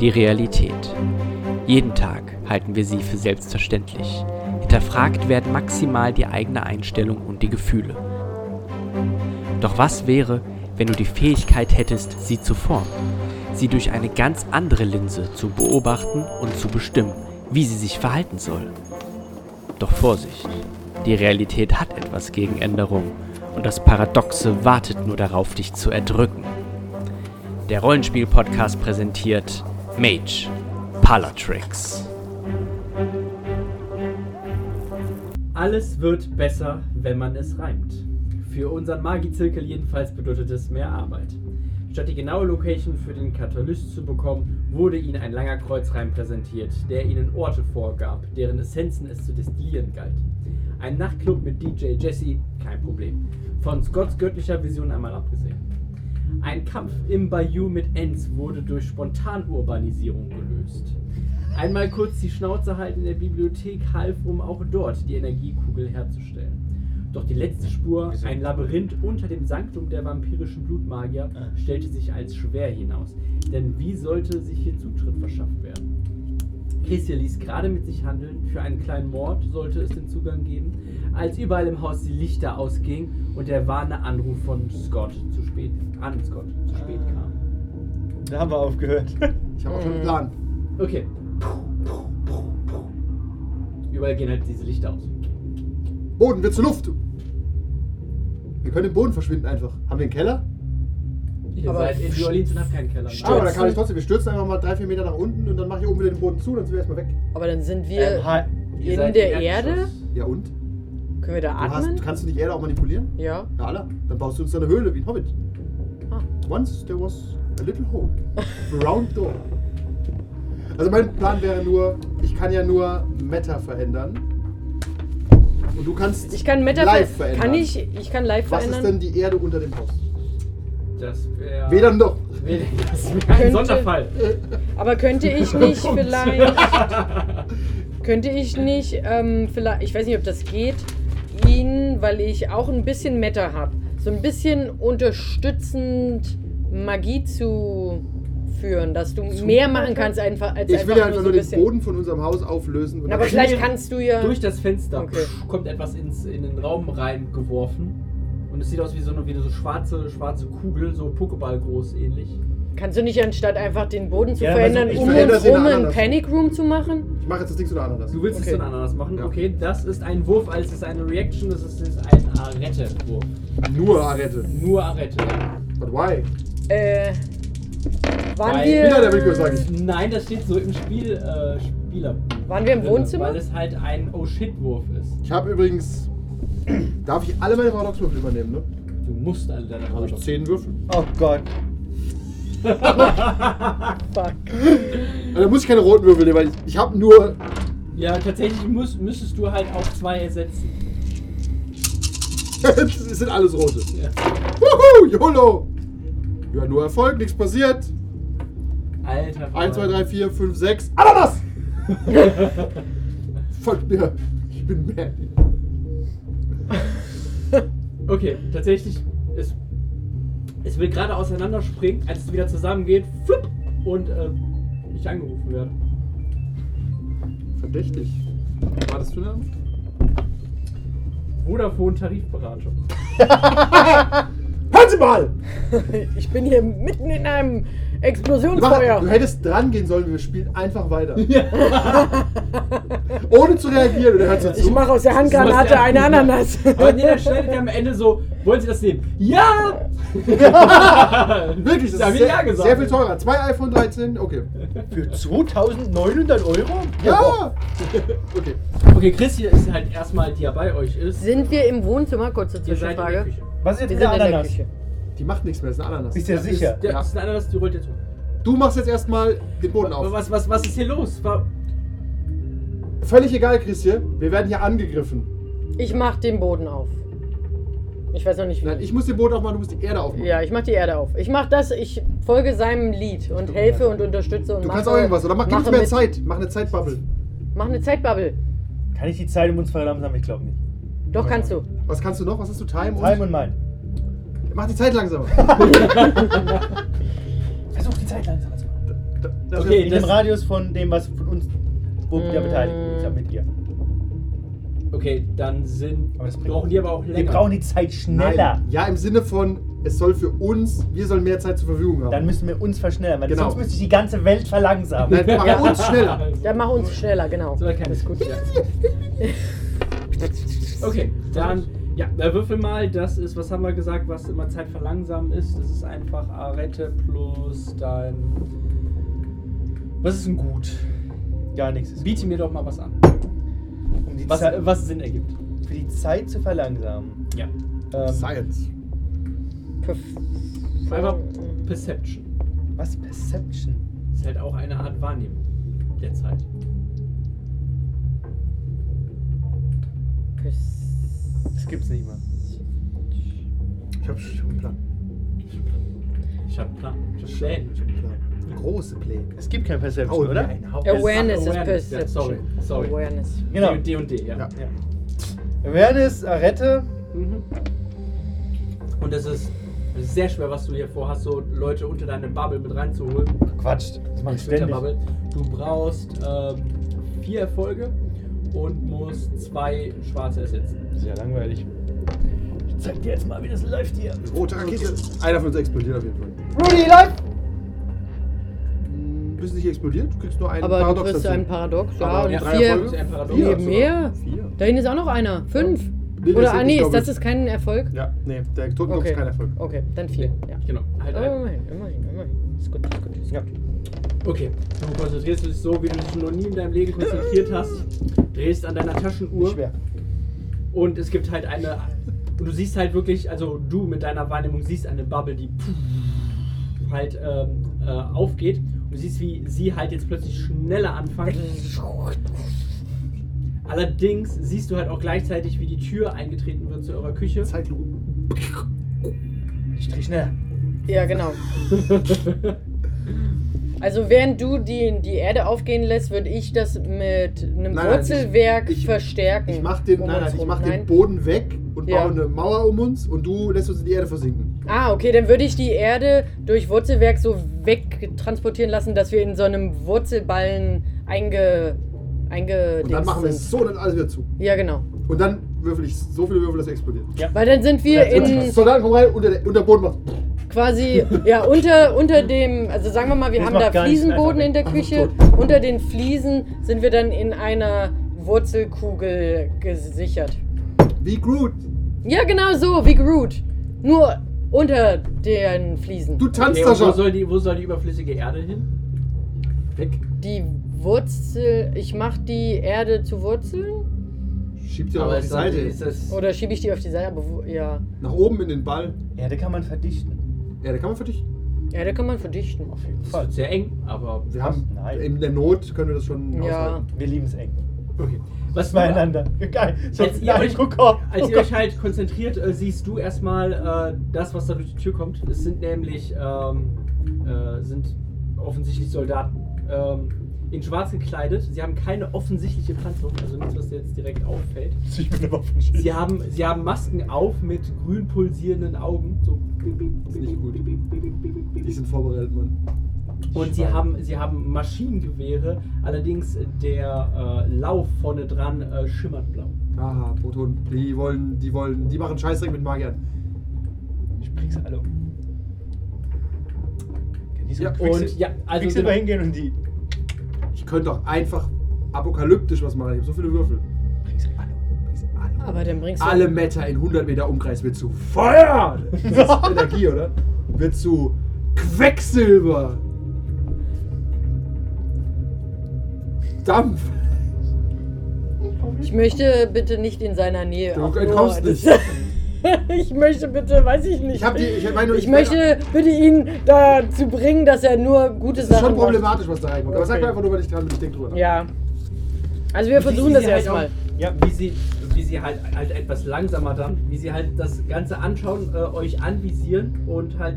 die Realität. Jeden Tag halten wir sie für selbstverständlich. Hinterfragt werden maximal die eigene Einstellung und die Gefühle. Doch was wäre, wenn du die Fähigkeit hättest, sie zu formen? Sie durch eine ganz andere Linse zu beobachten und zu bestimmen, wie sie sich verhalten soll. Doch Vorsicht, die Realität hat etwas gegen Änderung und das Paradoxe wartet nur darauf, dich zu erdrücken. Der Rollenspiel-Podcast präsentiert Mage Palatrix. Alles wird besser, wenn man es reimt. Für unseren Magizirkel jedenfalls bedeutet es mehr Arbeit. Statt die genaue Location für den Katalyst zu bekommen, wurde ihnen ein langer Kreuzreim präsentiert, der ihnen Orte vorgab, deren Essenzen es zu destillieren galt. Ein Nachtclub mit DJ Jesse, kein Problem. Von Scotts göttlicher Vision einmal abgesehen. Ein Kampf im Bayou mit Ents wurde durch Spontanurbanisierung gelöst. Einmal kurz die Schnauze halten in der Bibliothek half, um auch dort die Energiekugel herzustellen. Doch die letzte Spur, ein Labyrinth unter dem Sanktum der vampirischen Blutmagier, stellte sich als schwer hinaus. Denn wie sollte sich hier Zutritt verschafft werden? Christian ließ gerade mit sich handeln, für einen kleinen Mord sollte es den Zugang geben, als überall im Haus die Lichter ausgingen und der warne Anruf von Scott zu spät an Scott zu spät kam. Da haben wir aufgehört. Ähm, Ich habe auch Hm. schon einen Plan. Okay. Überall gehen halt diese Lichter aus. Boden, wir zur Luft! Wir können im Boden verschwinden einfach. Haben wir einen Keller? Ihr Aber seid in New Orleans und habt keinen Keller. Stürzen. Ah, aber da kann ich trotzdem. Wir stürzen einfach mal drei, vier Meter nach unten und dann mache ich oben wieder den Boden zu, dann sind wir erstmal weg. Aber dann sind wir Ähm, hi. Ihr in seid der im Erde. Erdgeschoss. Ja und? Können wir da Du hast, atmen? kannst du nicht Erde auch manipulieren? Ja. Na alle. Dann baust du uns eine Höhle wie ein Hobbit. Ah. Once there was a little hole. A round door. Also mein Plan wäre nur, ich kann ja nur Meta verändern. Und du kannst Ich kann Meta live ver- verändern. Kann ich, ich kann live Was ist verändern. denn die Erde unter dem Haus? Das wäre. Weder noch. Das wäre ein Könnte- Sonderfall. Aber könnte ich nicht Punkt. vielleicht. könnte ich nicht, ähm, vielleicht. Ich weiß nicht, ob das geht, ihn, weil ich auch ein bisschen Meta habe, so ein bisschen unterstützend Magie zu führen, dass du mehr machen kannst einfach als Ich einfach will ja einfach so nur ein den bisschen. Boden von unserem Haus auflösen. und Na, aber dann- vielleicht kannst du ja. Durch das Fenster Okay. kommt etwas ins, in den Raum reingeworfen. Und es sieht aus wie so eine, wie eine so schwarze, schwarze Kugel, so Pokéball groß ähnlich. Kannst du nicht anstatt einfach den Boden zu Ja, aber so- verändern, ich um also verändere uns sie in rum einer einen anderen- Panic Room zu machen? Ich mache jetzt das Ding zu einer Ananas. Du willst es Okay. zu einem Ananas machen? Ja. Okay, das ist ein Wurf, als ist eine Reaction, das ist, ist ein Arette-Wurf. Nur Arette. Nur Arette. ja. But why? Äh. Waren Weil- wir. Wieder der Rico sagen. Nein, das steht so im Spiel, äh, Spieler. Waren wir im drinne, Wohnzimmer? Weil es halt ein Oh-Shit-Wurf ist. Ich habe übrigens. Darf ich alle meine Paradoxwürfel übernehmen, ne? Du musst alle deine Da habe ich Paradox- zehn Würfel. Oh Gott. Fuck. Also, da muss ich keine roten Würfel nehmen, weil ich, ich habe nur. Ja, tatsächlich muss, müsstest du halt auch zwei ersetzen. es sind alles rote. Ja. Wuhu, YOLO! Ja, nur Erfolg, nichts passiert. Alter. 1, 2, Verwalter. 3, 4, 5, 6. Ananas! Folgt mir. Ich bin mad. Okay, tatsächlich, es, es will gerade auseinanderspringen, als es wieder zusammengeht, flupp, und äh, ich angerufen werde. Verdächtig. War das für eine Antwort? Vodafone Tarifberatung. Hören Sie mal! Ich bin hier mitten in Du, einem mach, du Explosionsfeuer. hättest dran gehen sollen, wir spielen einfach weiter. Ohne zu reagieren, oder hörst du zu? Ich mache aus der Handgranate eine Ananas. Aber nee, dann schneidet er am Ende so, wollen Sie das nehmen? Ja! Wirklich, Da das hab ist ich sehr, ja gesagt. sehr viel teurer. Zwei iPhone 13, okay. Für 2900 Euro? Ja! Okay. Okay, Chris hier ist halt erstmal, die ja bei euch ist. Sind wir im Wohnzimmer? Kurze Ihr seid in der Zwischenfrage. Küche. Was ist Wir jetzt sind eine in der Ananas? Küche. Die macht nichts mehr, ist eine Ananas. Bist du sicher? Ist, der, Ja. ist ein Ananas, die rollt jetzt hoch. Du machst jetzt erstmal den Boden auf. Was, was, was ist hier los? Wa- Völlig egal, Chris hier. Wir werden hier angegriffen. Ich mach den Boden auf. Ich weiß noch nicht wie. Nein, ich muss den Boden aufmachen, du musst die Erde aufmachen. ja, ich mach die Erde auf. Ich mach das, ich folge seinem Lied und helfe und unterstütze und Du mache, kannst auch irgendwas, oder mach gib uns mache mehr mit- Zeit. Mach eine Zeitbubble. Mach eine Zeitbubble. Kann ich die Zeit um uns verlangsamen? Ich glaube nicht. Doch kannst du. Was kannst du noch? Was hast du? Time und? Time und mein. Mach die Zeit langsamer. Versuch Also die Zeit langsamer zu machen. Das Okay, Okay, in dem das- Radius von dem, was von uns, wo wir Mm. beteiligt sind, ja, mit ihr. Okay, dann sind. Aber das bringt- brauchen die aber auch länger. Wir brauchen die Zeit schneller. Nein. Ja, im Sinne von, es soll für uns, wir sollen mehr Zeit zur Verfügung haben. Dann müssen wir uns verschnellern, weil Genau. sonst müsste ich die ganze Welt verlangsamen. Nein, wir machen uns schneller. Dann mach uns schneller, genau. So, kann Das ich. ist gut. Ja. Okay, dann. Ja, äh, würfel mal. Das ist, was haben wir gesagt, was immer Zeit verlangsamen ist? Das ist einfach Arete plus dein. Was ist ein Gut? Gar nichts. Ist Biete mir doch mal was an. gut. um die Was, Zeit, äh, was Sinn ergibt. für die Zeit zu verlangsamen. Ja. Ähm, Science. Perf- Einfach Mm. Perception. was? Perception? Ist halt auch eine Art Wahrnehmung der Zeit. Das gibt's nicht mehr. Ich hab schon einen Plan. Ich hab einen Plan. Ich hab Pläne. Ich hab einen Plan. Große Pläne. Es gibt kein Perception, Paul, oder? nein, hau- Awareness ist Awareness, ja, Perception. sorry, sorry. Awareness. Genau. D und D, ja. Ja. Ja. Awareness, Arette. Mhm. Und es ist, es ist sehr schwer, was du hier vorhast, so Leute unter deine Bubble mit reinzuholen. Quatsch, das mach ich Twitter ständig. Bubble. Du brauchst ähm, vier Erfolge und musst zwei Schwarze ersetzen. Sehr langweilig. Ich zeig dir jetzt mal, wie das läuft hier. Rote Rakete. Einer von uns explodiert auf jeden Fall. Rudy, läuft! Hm, Bist nicht explodiert? Du kriegst nur einen Aber du Paradox kriegst dazu. einen Paradox, ja. Aber Und drei vier. Erfolge? Ein Paradox. Vier Eben sogar. mehr. Vier. Da hinten ist auch noch einer. Fünf. Nee, das Oder, ist ah, nicht nee, ist- doppelt. das ist kein Erfolg. Ja, nee, der Totenkopf Okay. ist kein Erfolg. Okay, dann vier. Ja. Genau, halt Aber ein. immerhin, immerhin, immerhin. Ist gut, ist gut. Ist Ja. gut. Oh. Okay, du konzentrierst dich so, wie du dich noch nie in deinem Leben konzentriert hast, drehst an deiner Taschenuhr. Nicht schwer. Und es gibt halt eine. Und du siehst halt wirklich, also du mit deiner Wahrnehmung siehst eine Bubble, die halt ähm, äh, aufgeht. Und du siehst, wie sie halt jetzt plötzlich schneller anfängt. Allerdings siehst du halt auch gleichzeitig, wie die Tür eingetreten wird zu eurer Küche. Zeitlupe. Ich dreh schneller. Ja, genau. Also während du die, die Erde aufgehen lässt, würde ich das mit einem nein, Wurzelwerk ich- ich- verstärken. Ich mach den, um nein, uns nein, ich rum. mach den Nein? Boden weg und Ja. baue eine Mauer um uns und du lässt uns in die Erde versinken. Ah, okay, dann würde ich die Erde durch Wurzelwerk so wegtransportieren lassen, dass wir in so einem Wurzelballen einge... einge Und dann machen wir es so und dann alles wieder zu. Ja, genau. Und dann würfel ich so viele Würfel, dass er explodiert. Weil dann sind wir Ja, in Soldaten kommen rein, unter, der- unter den Boden macht. quasi, ja, unter, unter dem, also sagen wir mal, wir Das haben macht da gar nichts, Also, Fliesenboden einfach in der weg. Küche. Einfach tot. Unter den Fliesen sind wir dann in einer Wurzelkugel gesichert. Wie Groot. Ja, genau so, wie Groot. Nur unter den Fliesen. Du tanzt Okay, da und wo, schon. soll die, wo soll die überflüssige Erde hin? Weg. Die Wurzel, ich mach die Erde zu Wurzeln? Schiebt ihr aber auf die ist das- Seite. Ist das, Oder schiebe ich die auf die Seite? Aber wo, ja. Nach oben in den Ball. Erde kann man verdichten. Ja, da kann man für dich. Erde kann man verdichten. Auf jeden das wird Fall. sehr eng, aber. Wir haben Nein. in der Not können wir das schon Ja. aushalten. Wir lieben es eng. Okay. Was Beieinander. Geil. So, Als ihr nein, euch- guck auf. Als guck ihr auf. euch halt konzentriert, äh, siehst du erstmal äh, das, was da durch die Tür kommt. Es sind nämlich ähm, äh, sind offensichtlich Soldaten ähm, in Schwarz gekleidet. Sie haben keine offensichtliche Panzerung, also nichts, was dir jetzt direkt auffällt. Ich bin aber auf dem Schiff. Sie haben, sie haben Masken auf mit grün pulsierenden Augen. So. Das ist nicht gut. Die sind vorbereitet, Mann. Und sie Schwein. haben, sie haben Maschinengewehre, allerdings der äh, Lauf vorne dran äh, schimmert blau. Aha, Proton. Die wollen, die wollen, die machen Scheißdreck mit Magiern. Ich bring's alle um. Kann ich so Ja, mit und Quicksil- ja, also Quicksilver genau. hingehen und die. Ich könnte doch einfach apokalyptisch was machen. Ich habe so viele Würfel. Bring's alle um. Bring's alle um. Aber dann bringst du. halt- Alle Meter in 100 Meter Umkreis wird zu Feuer! Das ist Energie, oder? Wird zu Quecksilber! Dampf! Ich möchte bitte nicht in seiner Nähe. Du auch nur- entkommst das- nicht. ich möchte bitte, weiß ich nicht. Ich hab die, ich meine, Ich möchte bitte ihn dazu bringen, dass er nur gute Das ist Sachen schon problematisch, was da reinkommt. Aber sag Okay. mir einfach nur, weil ich dran bin, ich denk drüber. macht. nach. Ja. Also wir versuchen Wie das sie halt erstmal. auch- Ja. Wie sie, wie sie halt, halt etwas langsamer dann, wie sie halt das Ganze anschauen, äh, euch anvisieren und halt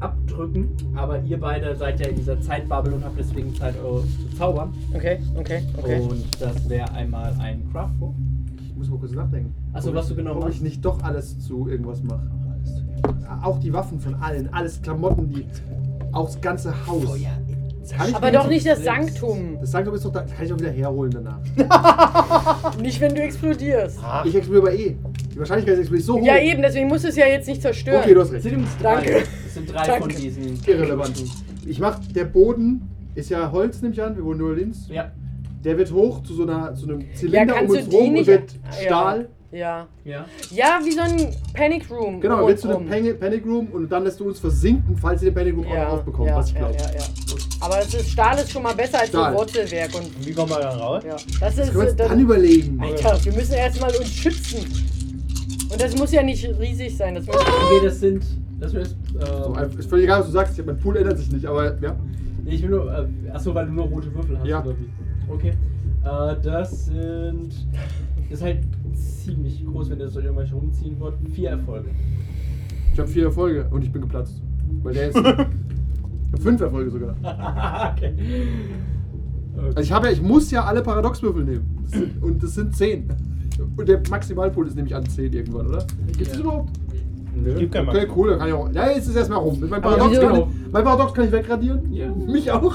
abdrücken. Aber ihr beide seid ja in dieser Zeitbubble und habt deswegen Zeit, eure zu zaubern. Okay, okay, okay. Oh, Und das wäre einmal ein Craftwurf. Ich muss mal kurz nachdenken. Ach so, Ob was du ich- genau Ob machst. ich nicht doch alles zu irgendwas mache. Oh Auch die Waffen von allen, alles Klamotten, die. Auch das ganze Haus. Feuer in Kann ich Aber mir doch nicht das Sechs. Sanktum. Das Sanktum ist doch da. Kann ich doch wieder herholen danach. Nicht, wenn du explodierst. Ich explodiere aber eh. Die Wahrscheinlichkeit, dass ich explodiere, so hoch. Ja, eben, deswegen musst du es ja jetzt nicht zerstören. Oh. Okay, du hast Es recht. sind übrigens drei. Danke. Es sind drei Danke. von diesen. Irrelevanten. Ich mach, der Boden ist ja Holz, nehme ich an. Wir wohnen nur Linz. Ja, Der wird hoch zu so einer, zu einem ja, Zylinder um kannst du uns die rum und nicht. wird Stahl. Ja. ja. ja. Ja, wie so ein Panic Room. Genau, um willst du uns den rum. Pan- Panic Room und dann lässt du uns versinken, falls ihr den Panic Room auch noch aufbekommt, was ich glaube. Ja, ja, ja. Aber das ist, Stahl ist schon mal besser als Stahl. so Wurzelwerk. Und Wie kommen wir da raus? ja, das ist. Können wir uns das- dann überlegen. Alter, wir müssen erstmal uns schützen. Und das muss ja nicht riesig sein. Das muss Okay, das sind. Das ist. So, Äh, einfach- ist völlig egal, was du sagst. Ich- Mein Pool ändert sich nicht, aber ja. nee, ich will nur. Äh, achso, weil du nur rote Würfel hast, Ja. oder wie? Okay. Äh, das sind. Ist halt ziemlich groß, wenn ihr das so irgendwelche rumziehen wollt. Vier Erfolge. Ich habe vier Erfolge und ich bin geplatzt. Weil der ist. ich habe fünf Erfolge sogar. okay. Also ich habe ja, ich muss ja alle Paradoxwürfel nehmen. Das sind, und das sind zehn. Und der Maximalpool ist nämlich an zehn irgendwann, oder? Gibt es Ja. überhaupt? Nö. Gibt kein Okay, Maximum. cool, da kann ich auch. Ja, jetzt ist erstmal rum. Mein Aber Paradox, wieso? kann ich, mein Paradox kann ich wegradieren. Ja. Mich auch.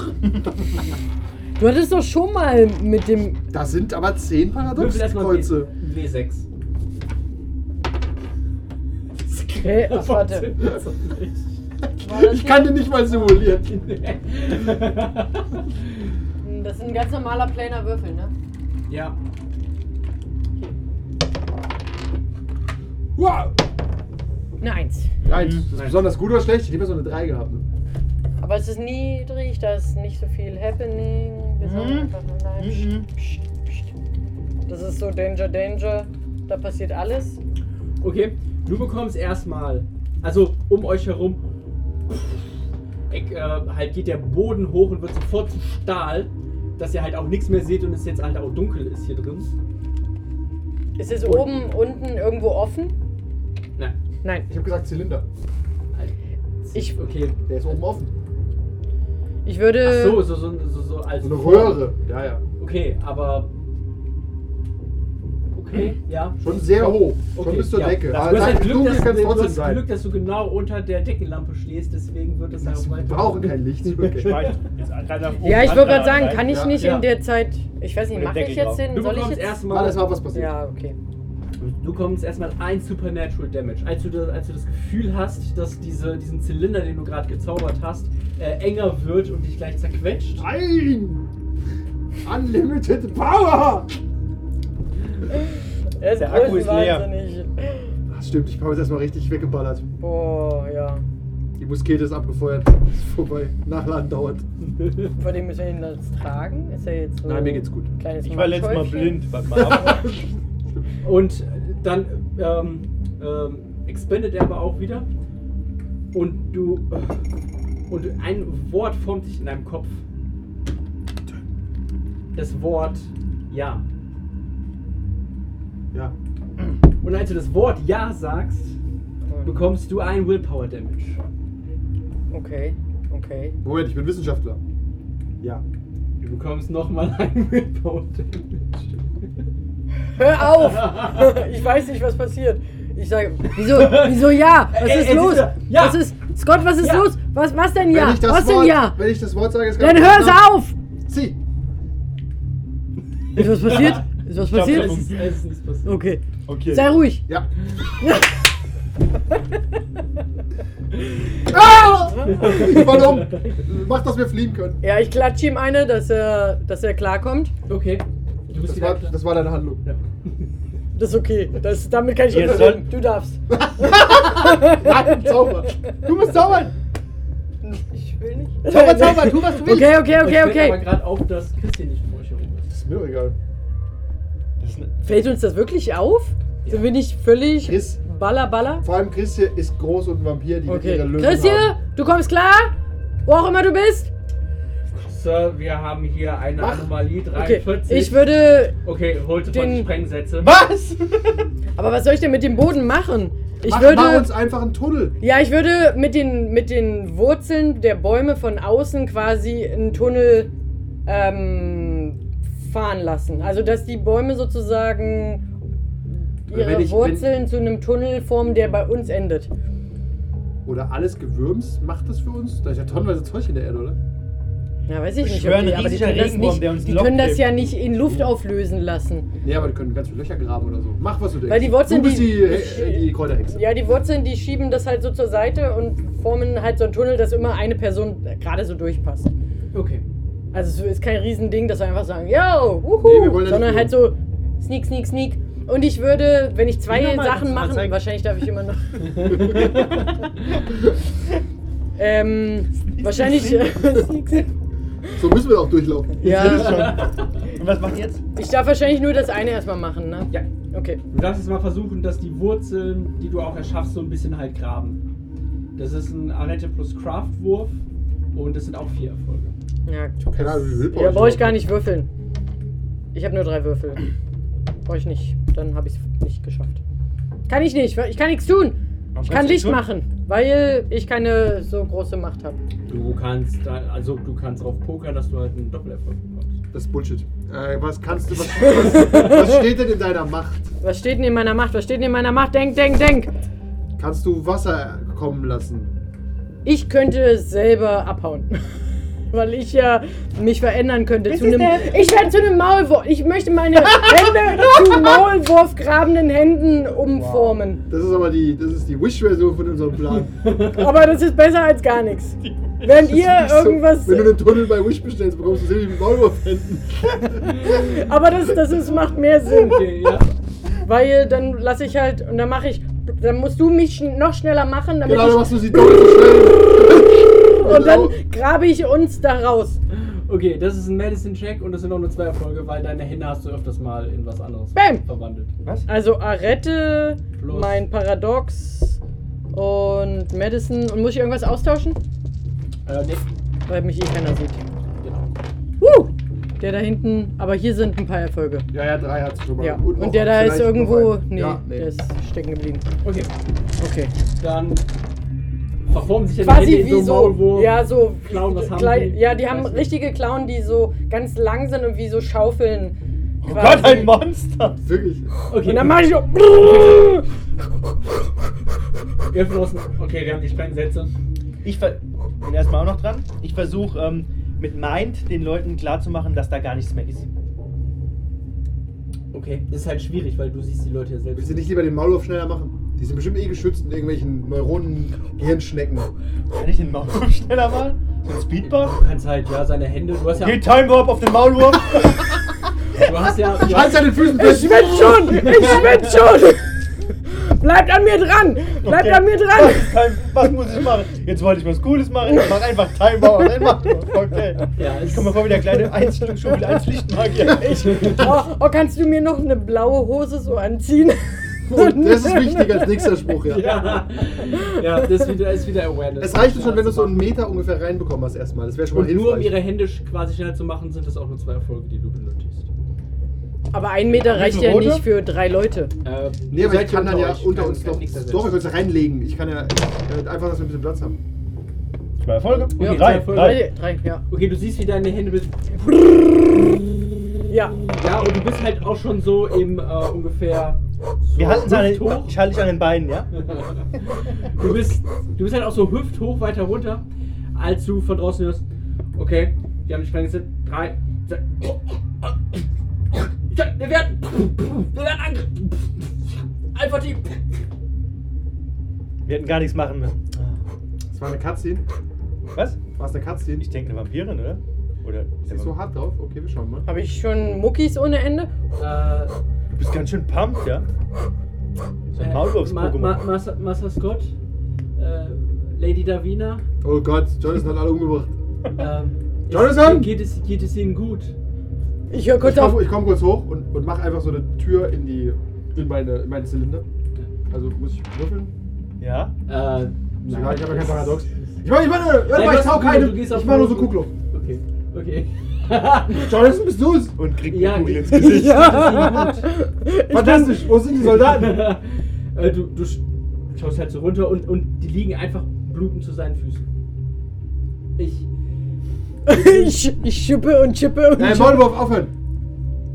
Du hattest doch schon mal mit dem. Da sind aber zehn Würfel erstmal Paradoxkreuze. W6. Okay, Äh, ach, warte. War das Ich kann den nicht mal simulieren. hier- Hm, Das ist ein ganz normaler planer Würfel, ne? ja. Wow! Eine Eins. Eins. Das ist besonders gut oder schlecht? Ich hätte immer so eine 3 gehabt. Ne? Aber es ist niedrig, da ist nicht so viel happening. Wir sollen Mhm. einfach nur bleiben. Mhm. Psst, psst, psst. Das ist so Danger, Danger. Da passiert alles. Okay, du bekommst erstmal, also um euch herum, äh, halt geht der Boden hoch und wird sofort zu Stahl, dass ihr halt auch nichts mehr seht und es jetzt halt auch dunkel ist hier drin. Ist es oben, unten irgendwo offen? Na, Nein. Ich habe gesagt Zylinder. halt. Ich- okay. halt- Der ist oben offen. Ich Ach würde. so, so, so, so, so als So eine Röhre. Ja, ja. Okay, aber. Okay, ja. Schon sehr hoch. Schon Okay, bis zur ja. Decke. Das- Aber Du hast, dann halt Glück, dunkel dass, kann's du trotzdem hast sein. Glück, dass du genau unter der Deckenlampe stehst, deswegen wird es dann Wir weiter. brauchen kein Licht. Ich schmeiß jetzt gerade nach oben. Ja, ich würde gerade sagen, kann ich Ja, nicht ja. in der Zeit. Ich weiß nicht, Mit dem mache ich Deckel jetzt drauf. den. Du Soll ich bekommst jetzt? erstmal. Mal erstmal was passiert. Ja, okay. Du bekommst erstmal ein Supernatural Damage. Als du, das, als du das Gefühl hast, dass diese, diesen Zylinder, den du gerade gezaubert hast, äh, enger wird und dich gleich zerquetscht. Nein! Unlimited Power! Er ist Der Akku ist leer. größenwahnsinnig. Ach, stimmt, ich habe jetzt erstmal richtig weggeballert. Boah, ja. Die Muskete ist abgefeuert. Ist vorbei. Nachladen dauert. Vor dem müssen wir ihn das tragen. Ist er jetzt so. Nein, mir geht's gut. Kleines Ich war letztes Mal Mannschäufchen? blind. Warte mal ab. Und dann ähm, ähm, expandet er aber auch wieder. Und du. äh, Und ein Wort formt sich in deinem Kopf. Das Wort Ja. Ja. Und als du das Wort Ja sagst, bekommst du ein Willpower Damage. Okay, okay. Moment, ich bin Wissenschaftler. Ja. Du bekommst nochmal ein Willpower Damage. Hör auf! Ich weiß nicht, was passiert. Ich sage, wieso, wieso ja? Was Ey, ist ey, los? siehste, ja. Was ist, Scott, was ist Ja. los? Was, was denn ja? Wenn ich das Was Wort, denn ja? Wenn ich das Wort sage, ist Dann hör es auf! Sie! Ist was passiert? Ist was glaub, passiert? das Es ist, es ist nichts passiert. Okay, Okay. sei ruhig. Ja. Warum? Mach, dass wir fliehen können. Ah! Ja, ich klatsche ihm eine, dass er, dass er klarkommt. Okay. Du bist Das wieder war, klar. das war deine Handlung. ja. Das ist okay. Das, damit kann ich Jetzt nicht leben. Du darfst. Nein, Zauber! Du musst zaubern! Ich will nicht. Zauber, zauber, tu was du willst! Okay, okay, okay, Euch fällt aber okay. gerade auf, dass Christian nicht um euch herum ist. Ist mir doch egal. Das ist ne- Fällt uns das wirklich auf? Ja. Sind wir nicht völlig Chris. baller, baller? Vor allem Christie ist groß und ein Vampir, die okay. Okay. ihre Löwen Christian, haben. du kommst klar? Wo auch immer du bist? Sir, wir haben hier eine Mach. Anomalie Okay, 43. ich würde. Okay, holt Den- den Sprengsätze. Was? Aber was soll ich denn mit dem Boden machen? Ich mach, würde. mach uns einfach einen Tunnel. ja, ich würde mit den, mit den Wurzeln der Bäume von außen quasi einen Tunnel ähm, fahren lassen. Also, dass die Bäume sozusagen Wenn ihre ich- wenn- Wurzeln zu einem Tunnel formen, der bei uns endet. Oder alles Gewürms macht das für uns? Da ist ja tonnenweise Zeug in der Erde, oder? Ja, weiß ich Ich nicht. schwöre, ob die- ein aber die riesiger können, das, Regenwurm, nicht, der uns die lockt können das eben. ja nicht in Luft auflösen lassen. Nee, aber die können ganz viele Löcher graben oder so. Mach, was du denkst. Weil die Wurzeln, du bist die- die, äh, die Kräuterhexe. Ja, die Wurzeln, die schieben das halt so zur Seite und formen halt so einen Tunnel, dass immer eine Person gerade so durchpasst. Okay. Also es ist kein Riesending, dass wir einfach sagen, yo, Nee, wir wuhu, wollen ja sondern nicht halt so sneak, sneak, sneak. Und ich würde, wenn ich Geh zwei noch mal, kannst Sachen du mal machen, zeigen? wahrscheinlich darf ich immer noch. ähm, wahrscheinlich. So müssen wir auch durchlaufen. ja, Oh Und was macht ihr jetzt? ich darf wahrscheinlich nur das eine erstmal machen, ne? Ja. Okay. Du darfst jetzt mal versuchen, dass die Wurzeln, die du auch erschaffst, so ein bisschen halt graben. Das ist ein Arete plus Craft-Wurf und das sind auch vier Erfolge. Ja, Ich hab keine Ahnung, wie viel ja brauche ich gar nicht würfeln. Ich habe nur drei Würfel. Brauche ich nicht. Dann habe ich es nicht geschafft. Kann ich nicht. weil Ich kann nichts tun. Warum Ich kannst kann du nicht Licht tun? machen, weil ich keine so große Macht habe. Du kannst, da- also du kannst drauf pokern, dass du halt einen Doppelerfolg bekommst. Das ist Bullshit. Äh, was kannst du, was, was, was steht denn in deiner Macht? Was steht denn in meiner Macht? Was steht denn in meiner Macht? Denk, denk, denk. Kannst du Wasser kommen lassen? Ich könnte selber abhauen. Weil ich ja mich verändern könnte zu einem. Ich werde zu einem Maulwurf. Ich möchte meine Hände zu Maulwurfgrabenden Händen umformen. Das ist aber die, das ist die Wish-Version von unserem Plan. Aber das ist besser als gar nichts. Wenn ihr Das ist so, irgendwas. Wenn du einen Tunnel bei Wish bestellst, bekommst du sie mit Maulwurf händen. Aber das, das ist, macht mehr Sinn. Okay, ja. Weil dann lasse ich halt. Und dann mache ich. Dann musst du mich schn- noch schneller machen, damit Genau, dann machst ich. Genau. du sie doppelt so schnell. Und dann grabe ich uns da raus. Okay, das ist ein Medicine-Check und das sind auch nur zwei Erfolge, weil deine Hände hast du öfters mal in was anderes Bam. verwandelt. Was? Also Arette, Plus. mein Paradox und Madison. Und muss ich irgendwas austauschen? Äh, nee, Weil mich eh keiner sieht. genau. Huh! Der da hinten. Aber hier sind ein paar Erfolge. Ja, ja, drei hat's schon mal. Ja. noch Und der da ist vielleicht irgendwo. noch ein. Nee, ja, nee. der ist stecken geblieben. Okay, Okay. dann verformen sich ja die Quasi Hände wie in so so. einen Maulwurf. Ja, so. Clown, was haben klei- die? Ja, die haben Weiß nicht. richtige Clown, die so ganz lang sind und wie so Schaufeln. Oh Gott, ein Monster! Wirklich. Okay, Und dann mach ich so. wir draußen. Okay, wir haben die Sprengsätze. Ich ver bin erstmal auch noch dran. Ich versuche ähm, mit Mind den Leuten klarzumachen, dass da gar nichts mehr ist. Okay, ist halt schwierig, weil du siehst die Leute ja selbst. Willst du nicht lieber den Maulwurf schneller machen? Die sind bestimmt eh geschützt in irgendwelchen Neuronen, Hirnschnecken. Kann ich den Maulwurf schneller machen? So ein Du Speedbuff? kannst halt, ja, seine Hände. Du hast ja. Geht Time Warp auf den Maulwurf! Du hast ja. Du Halt hast, an den Füßen Ich fest! schwitz schon! Ich schwitz schon! Bleibt an mir dran! Bleibt Okay. an mir dran! Time- Was muss ich machen? Jetzt wollte ich was Cooles machen. Ich mach einfach Time Warp auf den Maulwurf. Okay. ja, Ich komme mir vor wie der kleine Einz schon wieder als Lichtmagier. Ich Oh, oh, kannst du mir noch eine blaue Hose so anziehen? Und das ist wichtig als nächster Spruch, ja. Ja, ja das ist wieder, ist wieder Awareness. Also, Es reicht schon, wenn du so einen Meter ungefähr reinbekommen hast erstmal. Das wäre schon mal Und nur um hilfreich. ihre Hände sch- quasi schneller zu machen, sind das auch nur zwei Erfolge, die du benötigst. Aber ein Meter reicht ja rote? nicht für drei Leute. Äh, Nee, ihr aber ich seid kann dann ja euch, unter kann- uns kann doch. nichts ersetzen. Doch, wir können es reinlegen. Ich kann ja äh, einfach, dass wir ein bisschen Platz haben. Zwei Erfolge? Okay, Ja, zwei drei, Erfolge. drei. Drei, drei ja. Okay, du siehst, wie deine Hände bist. Ja. Ja, und du bist halt auch schon so im äh, ungefähr. So Wir halten seine. hüfthoch. Ich halte dich an den Beinen, ja? Du bist, du bist halt auch so hüfthoch weiter runter, als du von draußen hörst. Okay, wir haben die Sprengsätze. Drei. zwei, oh. Wir werden. Wir werden angegriffen. Alpha Team. Wir hätten gar nichts machen müssen. Das war eine Cutscene. Was? War es eine Cutscene? Ich denke eine Vampirin, oder? Oder? Sie ist so hart drauf. Okay, wir schauen mal. Habe ich schon Muckis ohne Ende? Äh, Du bist ganz schön pumped, ja? So Ma ein Äh, Ma Maulwurfs-Pokémon. Master, Master Scott. Äh, Lady Davina. Oh Gott, Jonathan hat alle umgebracht. Ähm, es- Jonathan? Geht es, geht es Ihnen gut? Ich höre kurz Ich auf. komme komm kurz hoch und, und mache einfach so eine Tür in die in meine in meinen Zylinder. Also muss ich würfeln? Ja? Äh, Ist egal, ich habe ja kein Paradox. Ich meine, ich meine, warte mal, du ich hast tau einen Kugeln, keine. du gehst auf Ich mache nur so Kugeln. Kugeln. Okay, okay. Jonathan, bist du es? Und kriegt Ja, eine Kugel ins geht- Gesicht. Ja. Fantastisch, wo sind die Soldaten? Äh, du, du sch- schaust halt so runter und, und die liegen einfach blutend zu seinen Füßen. Ich. Ich, ich schippe und chippe und Nein, chippe. Äh, Maulwurf, aufhören.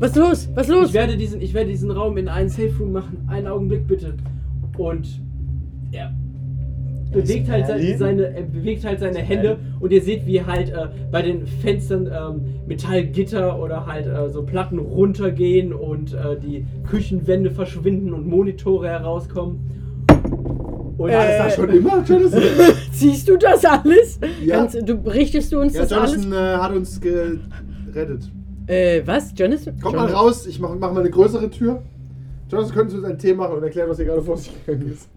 Was los? Was los? Ich werde, diesen, ich werde diesen Raum in einen Safe Room machen. Einen Augenblick bitte. Und er bewegt halt, Merlin? sein, seine, er bewegt halt seine Hände und ihr seht, wie halt äh, bei den Fenstern ähm, Metallgitter oder halt äh, so Platten runtergehen und äh, die Küchenwände verschwinden und Monitore herauskommen. Und Äh, Das war schon immer Jonathan. Siehst du das alles? Ja. Ganz, du richtest du uns ja, das alles? Jonathan äh, hat uns gerettet. Äh, was? Jonathan? Kommt mal Jonathan- raus, ich mache mach mal eine größere Tür. Jonathan, können Sie uns einen Tee machen und erklären, was hier gerade vor sich gegangen ist?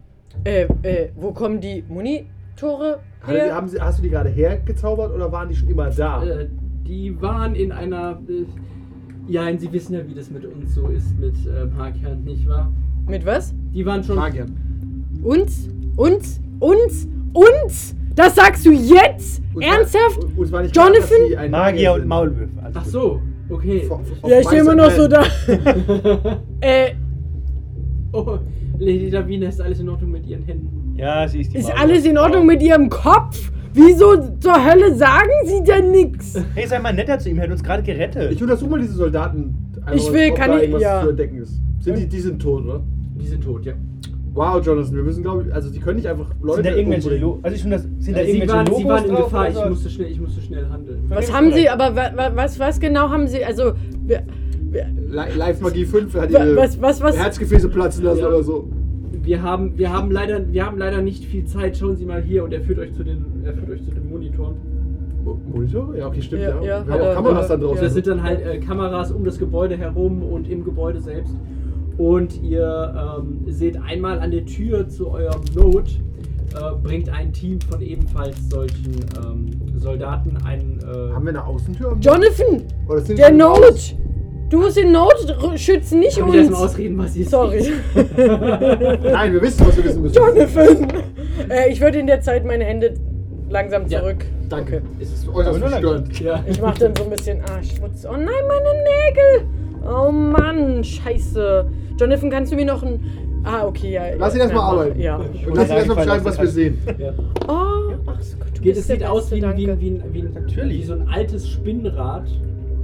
Äh, äh, wo kommen die Monitore Hat- her? haben Sie, hast du die gerade hergezaubert oder waren die schon immer da? Äh, die waren in einer. Äh, ja, und Sie wissen ja, wie das mit uns so ist, mit äh, Markhand, nicht wahr? Mit was? Die waren schon. Magiern. Uns? Uns? Uns? Uns? Das sagst du jetzt? Uns war- Ernsthaft? uns war nicht klar, Jonathan? dass Sie ein Magier und sind. Maulwürfe. alles Ach gut. so, okay. Vor- vor- Ja, ich stehe vor- immer noch so da. äh, Oh, Lady Davina, ist alles in Ordnung mit Ihren Händen? Ja, sie ist die ist Maulwurf. alles in Ordnung mit ihrem Kopf? Wieso zur Hölle sagen sie denn nix? Hey, sei mal netter zu ihm, er hat uns gerade gerettet. Ich untersuche mal diese Soldaten. einfach, Ich will- ob kann da ich- irgendwas ja. zu entdecken ist. Sind die, die sind tot, oder? Die sind tot, ja. Wow, Jonathan, wir müssen glaube ich, also die können nicht einfach Leute sind da irgendwelche umbringen. Lo also ich finde das, sind da Äh, sie, irgendwelche waren, Logos sie waren in drauf Gefahr, ich oder? musste, schnell, ich musste schnell handeln. Was haben sie, aber wa, wa, was, was genau haben sie, also, wer- wer- Li- Live Magie 5 hat Wa- ihre was- was- was- Herzgefäße platzen lassen Ja. oder so. Wir haben, wir, haben leider, wir haben leider nicht viel Zeit. Schauen Sie mal hier und er führt euch zu den, er führt euch zu den Monitoren. Mo- Monitor? Ja, okay, stimmt. Ja, Ja, ja, Wir hat haben er- auch Kameras dann drauf. Ja. Das sind dann halt äh, Kameras um das Gebäude herum und im Gebäude selbst. Und ihr ähm, seht einmal an der Tür zu eurem Note, äh, bringt ein Team von ebenfalls solchen ähm, Soldaten einen. Äh, haben wir eine Außentür? am- Jonathan, Oder sind der die Not, du musst den Not r- schützen, nicht kann ich erst mal uns. ausreden, was ihr Sorry. seht? Nein, wir wissen, was wir wissen müssen. Jonathan. Äh, ich würde in der Zeit meine Hände langsam Ja, zurück. Danke. Es ist Aber äußerst nur verstörend. Ja. Ich mache dann so ein bisschen, ah, Schmutz. Oh nein, meine Nägel. Oh Mann, scheiße. Jonathan, kannst du mir noch ein... Ah, okay, ja. Lass ihn ja, erst mal mach- arbeiten. Ja. Und lass uns erstmal beschreiben, was wir sehen. Ja. Oh, ach so Gott, du Geht, bist es der sieht aus Beste, wie, ein- wie, ein- danke. wie, ein- wie, ein- Natürlich. wie so ein altes Spinnrad.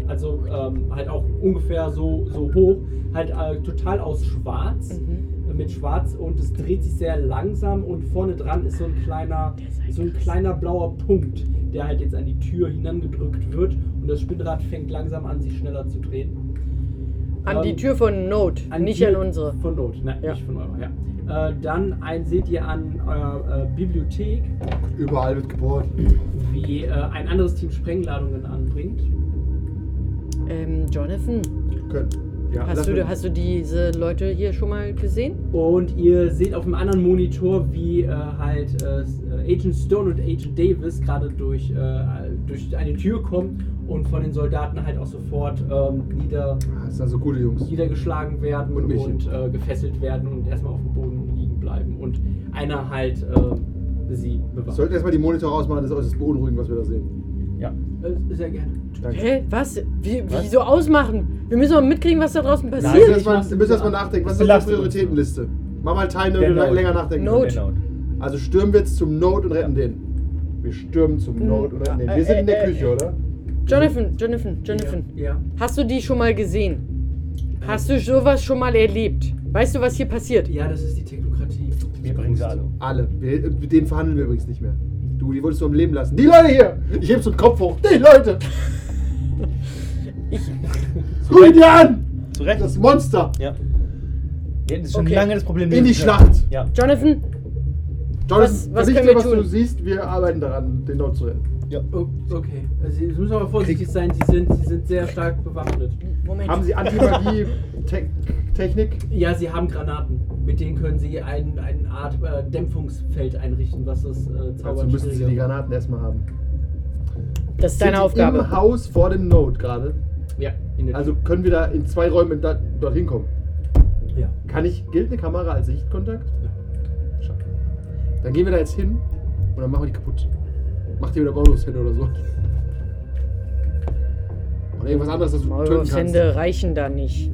Also ähm, halt auch ungefähr so, so hoch. Halt äh, total aus Schwarz. Mhm. äh, Mit Schwarz und es dreht sich sehr langsam und vorne dran ist so ein kleiner, so ein kleiner blauer Punkt, der halt jetzt an die Tür hinangedrückt wird und das Spinnrad fängt langsam an, sich schneller zu drehen. An die Ähm, Tür von Note, An nicht die- an unsere. Von Not, nein, Ja. nicht von eurer, ja. Äh, dann ein, seht ihr an eurer äh, Bibliothek, Überall wird gebohrt. wie äh, ein anderes Team Sprengladungen anbringt. Ähm, Jonathan, Können. Ja, lass hast, du, mal- hast du diese Leute hier schon mal gesehen? Und ihr seht auf dem anderen Monitor, wie äh, halt äh, Agent Stone und Agent Davis gerade durch, äh, durch eine Tür kommen und von den Soldaten halt auch sofort ähm, nieder, Ah, Das sind also gute Jungs. niedergeschlagen werden Und und, Mädchen. äh, gefesselt werden und erstmal auf dem Boden liegen bleiben. Und einer halt äh, sie Wir bewahrt. sollten erstmal die Monitore ausmachen, das ist äußerst beunruhigend, was wir da sehen. Ja. Äh, sehr gerne. Danke. Hä, was? Wie, Wieso ausmachen? Wir müssen doch mitkriegen, was da draußen Wir müssen passiert. erstmal- wir müssen erstmal nachdenken. Was ist unsere Belastet uns. Prioritätenliste? Mach mal Time, damit Der wir Note. länger nachdenken. Note. Genau. können. Also stürmen wir jetzt zum Node und retten den. Wir stürmen zum Node und retten den. Wir sind in der Äh, äh, Küche, oder? Jonathan, Jonathan, Jonathan. Ja. Hast du die schon mal gesehen? Hast du sowas schon mal erlebt? Weißt du, was hier passiert? Ja, das ist die Technokratie. Wir bringen sie alle um. Alle. Wir, mit denen verhandeln wir übrigens nicht mehr. Du, die wolltest du am Leben lassen. Die Leute hier! Ich heb's den Kopf hoch. Die Leute! Rühr dir an! Zu Recht. Das Monster! Ja. Wir hätten schon Okay. lange das Problem In die lösen können. Schlacht! Ja. Jonathan, Jonathan, Was- was berichte können wir mir, was du tun? siehst. Wir arbeiten daran, den Node zu retten. Oh, okay. Also, Sie müssen aber vorsichtig sein, sie sind, sie sind sehr stark bewaffnet. Moment. Haben sie Antimagie-Technik? Ja, sie haben Granaten. Mit denen können sie ein, eine Art äh, Dämpfungsfeld einrichten, was das äh, Zaubern Also Dazu Also müssen sie schwieriger die macht. Granaten erstmal haben. das ist deine Sind die Im Aufgabe. Haus vor dem Node gerade. Ja, in der Also können wir da in zwei Räumen da, dorthin kommen. ja. Kann ich, gilt eine Kamera als Sichtkontakt? Schade. Dann gehen wir da jetzt hin und dann machen wir die kaputt. Macht ihr wieder Maulwurfshände oder so. Oder irgendwas anderes, das du töten Maulwurfs kannst. Hände reichen da nicht.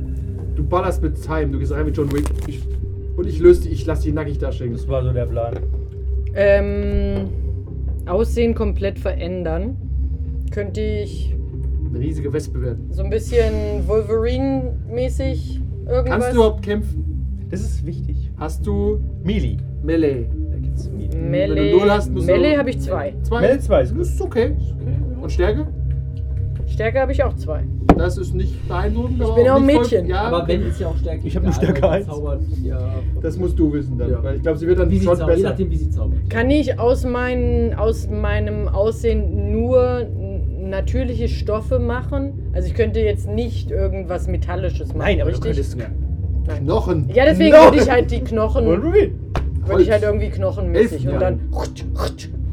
Du ballerst mit Time, du gehst rein mit John Wick. Ich, und ich löse dich, ich lasse dich nackig dastehen. Das war so der Plan. Ähm, Aussehen komplett verändern. Könnte ich Eine riesige Wespe werden. so ein bisschen Wolverine-mäßig irgendwas... Kannst du überhaupt kämpfen? Das ist wichtig. Hast du Mili. Melee? Da gibt's zu mir. Wenn du Melee. null hast, musst du- Melee habe ich zwei. Zwei. Mel 2 ist Das gut. ist okay. Und Stärke? Stärke habe ich auch zwei. Das ist nicht beeindruckend. Ich aber bin ja auch ein nicht Mädchen. Voll, ja, Aber wenn ist ja auch stärker. Ich hab eine Stärke eins. Ja. das musst du wissen dann. Ja. Weil ich glaube, sie wird dann Wie sie schon zaubert, je besser. nachdem, wie sie zaubert. Kann ich aus, meinen, aus meinem Aussehen nur n- natürliche Stoffe machen? Also ich könnte jetzt nicht irgendwas Metallisches machen, Nein, aber du richtig? könntest. Nein. Knochen. Ja, deswegen No. würde ich halt die Knochen, Und würde Rubin. ich halt irgendwie knochenmäßig Elfen, und ja. dann...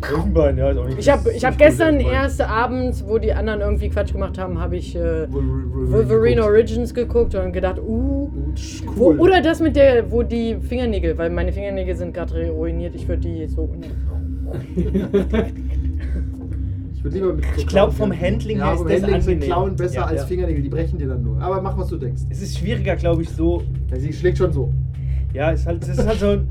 Elfenbein, ja, ist auch nicht Ich habe ich hab Nicht gut, gestern Elfenbein. erst abends, wo die anderen irgendwie Quatsch gemacht haben, habe ich äh, Wolverine, Wolverine geguckt. Origins geguckt und gedacht, uh... Wo, Cool. oder das mit der, wo die Fingernägel, weil meine Fingernägel sind gerade ruiniert, ich würde die so... ich würde lieber mit so Ich glaub, Klauen vom kämpfen. Handling her ja, ist vom das Handling sind angenehm. Klauen besser Ja, als ja. Fingernägel. Die brechen dir dann nur. Aber mach, was du denkst. Es ist schwieriger, glaube ich, so. Ja, sie schlägt schon Also so. Ja, ist halt, das ist halt so ein.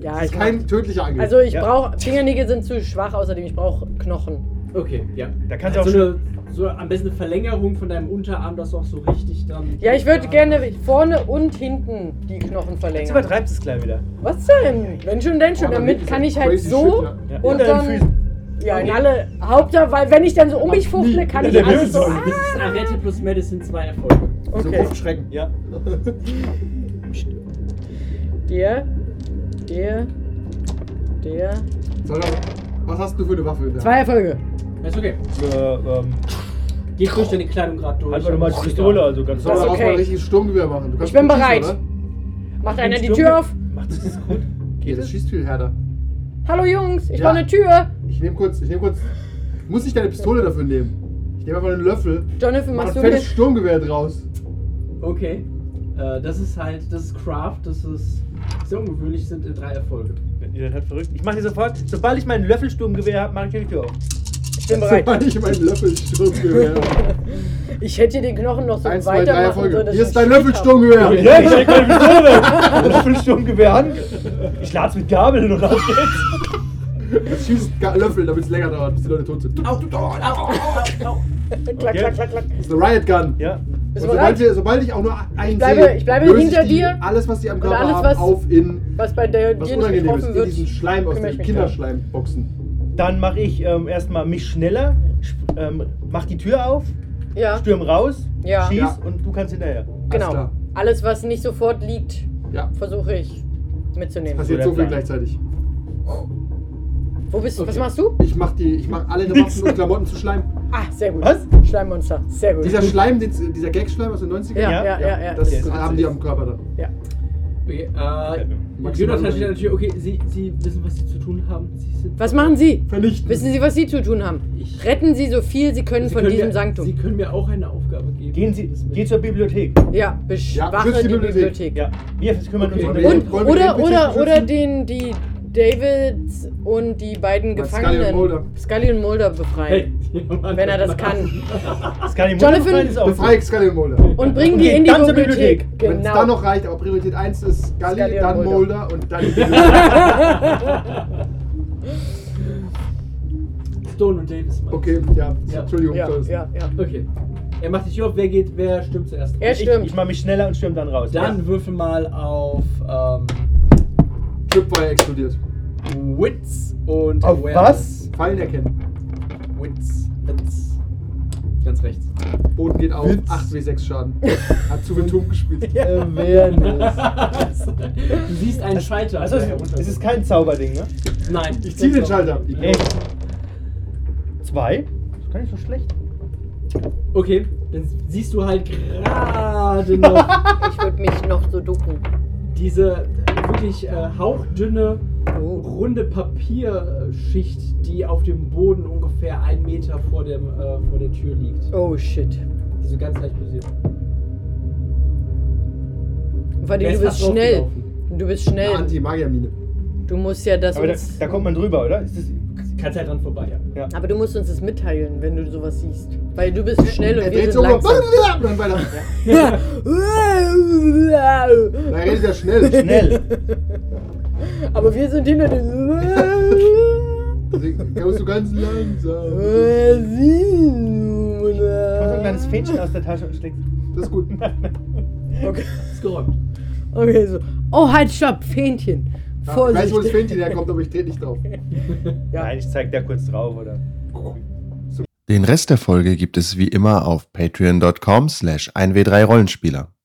Ja, Das ist ich kein tödlicher Angriff. Also ich Ja. brauche Fingernägel sind zu schwach, außerdem ich brauche Knochen. Okay, ja. Da kannst du auch so, eine, so am besten eine Verlängerung von deinem Unterarm, dass du auch so richtig dann. Ja, ich würde gerne vorne und hinten die Knochen Jetzt verlängern. übertreibst du es gleich wieder. Was denn? Wenn schon, denn schon. Boah, Damit das kann ist ich halt crazy shit, so ja. Ja, und unter den dann Füßen. ja in alle Hauptsache, weil wenn ich dann so um mich fuchtle, kann Ja, ich der alles. Lösung. Das ist eine Rette plus Medicine zwei Erfolge. So Okay. aufschrecken. Ja. Der, der, der. Sag mal, Was hast du für eine Waffe in der Zwei Erfolge. Ist okay. Äh, ähm, Geht durch deine Kleidung gerade durch. halt mal nochmal die Aber Pistole, egal. also ganz Soll Das man ist auch okay. mal ein richtiges Sturmgewehr machen? Du kannst Ich bin gut schießen, bereit. oder? Macht einer die Tür auf. Macht das das gut? Ja, Geht das das? schießt viel härter. Hallo Jungs, ich Ja. brauche eine Tür. Ich nehme kurz, ich nehme kurz. Muss ich deine Pistole dafür nehmen? Ich nehme einfach einen Löffel. Jonathan, Mach ein machst du mir? fettes Sturmgewehr draus. Okay. Äh, das ist halt, das ist Craft, das ist sehr ungewöhnlich, sind äh, drei Erfolge. Ihr seid halt verrückt. Ich mache hier sofort, sobald ich meinen Löffelsturmgewehr habe, mache ich hier die Tür auf. Ich bin bereit. Sobald ich meinen Löffel Sturmgewehr. Ich hätte den Knochen noch so Eins, zwei, drei weitermachen sollen. Erfolge. dass Hier ich ist dein einen Löffel Schild hab. Sturmgewehr. ich steck meine Pistole. Löffelsturmgewehr an. Ich lad's mit Gabeln und auf geht's. Das schießt Ga- Löffel, damit es länger dauert, bis die Leute tot sind. Au, Das au, au, au, au. Klack, Okay. klack, klack, klack. ist eine Riot Gun. Ja. Und Bist du sobald, bereit? wir, sobald ich auch nur einen Ich bleibe- sehe, ich bleibe löse hinter die, dir. alles, was die am Und Körper alles, haben, was- auf in Was bei der was dir nicht Unangenehmes, getroffen in wird. diesen Schleim aus den kümmere ich mich drum. Kinderschleimboxen. Dann mache ich ähm, erstmal mich schneller, sp- ähm, mach die Tür auf, Ja, stürm raus, Ja. schieß Ja. und du kannst hinterher. genau. klar. Alles, was nicht sofort liegt, Ja, versuche ich mitzunehmen. passiert der so viel Plan. gleichzeitig. Wo bist du? Was Okay. machst du? Ich mach, die, ich mach alle Waffen und Klamotten zu Schleim. Ah, sehr gut. Was? Schleimmonster. Sehr gut. Dieser Schleim, den- dieser Gag-Schleim aus den 90ern, ja, Ja, ja, ja, ja. das Der ist haben die am Körper dann. ja. Okay, äh, Maximal Jonathan steht neun. natürlich, okay, sie, sie wissen, was sie zu tun haben. Sie sind Was machen Sie? Vernichten. Wissen Sie, was Sie zu tun haben? Ich- Retten Sie so viel Sie können Sie von können diesem mir, Sanktum. Sie können mir auch eine Aufgabe geben. Gehen Sie, Das mit- geh zur Bibliothek. ja, Ja, beschwache schützt die die Bibliothek. Bibliothek. Ja, wir kümmern Okay. uns um Und- den. Und, Wollen wir den oder, oder, Bibliothek oder schützen? den, die Davids und die beiden Meinst Scully Gefangenen, und Mulder? Scully und Mulder Hey, befreien, jemand- wenn er das kann. Das kann ich Jonathan, Jonathan, ist auch Befreie gut. Excalibur. Und bringen Und die geht in die dann zur Bibliothek. Bibliothek. Wenn es dann noch reicht, aber Priorität 1 ist Scully Scully, Genau. und dann Mulder. Mulder und dann die Bibliothek. Stone und Davis. Mann. Okay, ja, Ja. Entschuldigung. Ja, sorry. ja, ja. Okay. Er macht die Tür auf, wer geht, wer stimmt zuerst? Er Ich, stimmt. ich mache mich schneller und stürm dann raus. Dann würfel mal auf ähm, Tripwire explodiert. Wits und Auf Awareness. Fallen erkennen. Wits. Wits. Ganz rechts. Boden geht auf. Witz. 8w6 Schaden. Hat zu viel Tump gespielt. Awareness. du siehst einen Schalter. Also, der es, herunter- es ist kein Zauberding, ne? Nein. Ich ziehe den Schalter. Ey. Zwei? Das kann nicht so schlecht. Okay, dann siehst du halt gerade noch Ich würde mich noch so ducken. diese wirklich äh, hauchdünne, Oh. runde Papierschicht, die auf dem Boden ungefähr einen Meter vor, dem, äh, vor der Tür liegt. Oh shit. Die so ganz leicht posiert. Warte, Wer du ist bist da schnell. draufgelaufen? Du bist schnell. Anti-Magiermine. Du musst ja das Aber da, uns. da kommt man drüber, oder? Ist das, Kannst halt dran vorbei, ja. ja. aber du musst uns das mitteilen, wenn du sowas siehst. Weil du bist schnell Er und wir dreht sind so um. langsam. Und dann weiter. Da redet er schnell. Schnell. aber wir sind hinter dem. Deswegen Kommst du ganz langsam. Ich mach so ein kleines okay. Fähnchen aus der Tasche und schlägt. Das ist gut. Ist geräumt. okay, so. Oh, halt, stopp, Fähnchen. Ja, ich weiß, wo das Fähnchen herkommt, aber ich trete nicht drauf. Ja. Nein, ich zeig da kurz drauf, oder? Den Rest der Folge gibt es wie immer auf patreon.com slash 1w3rollenspieler.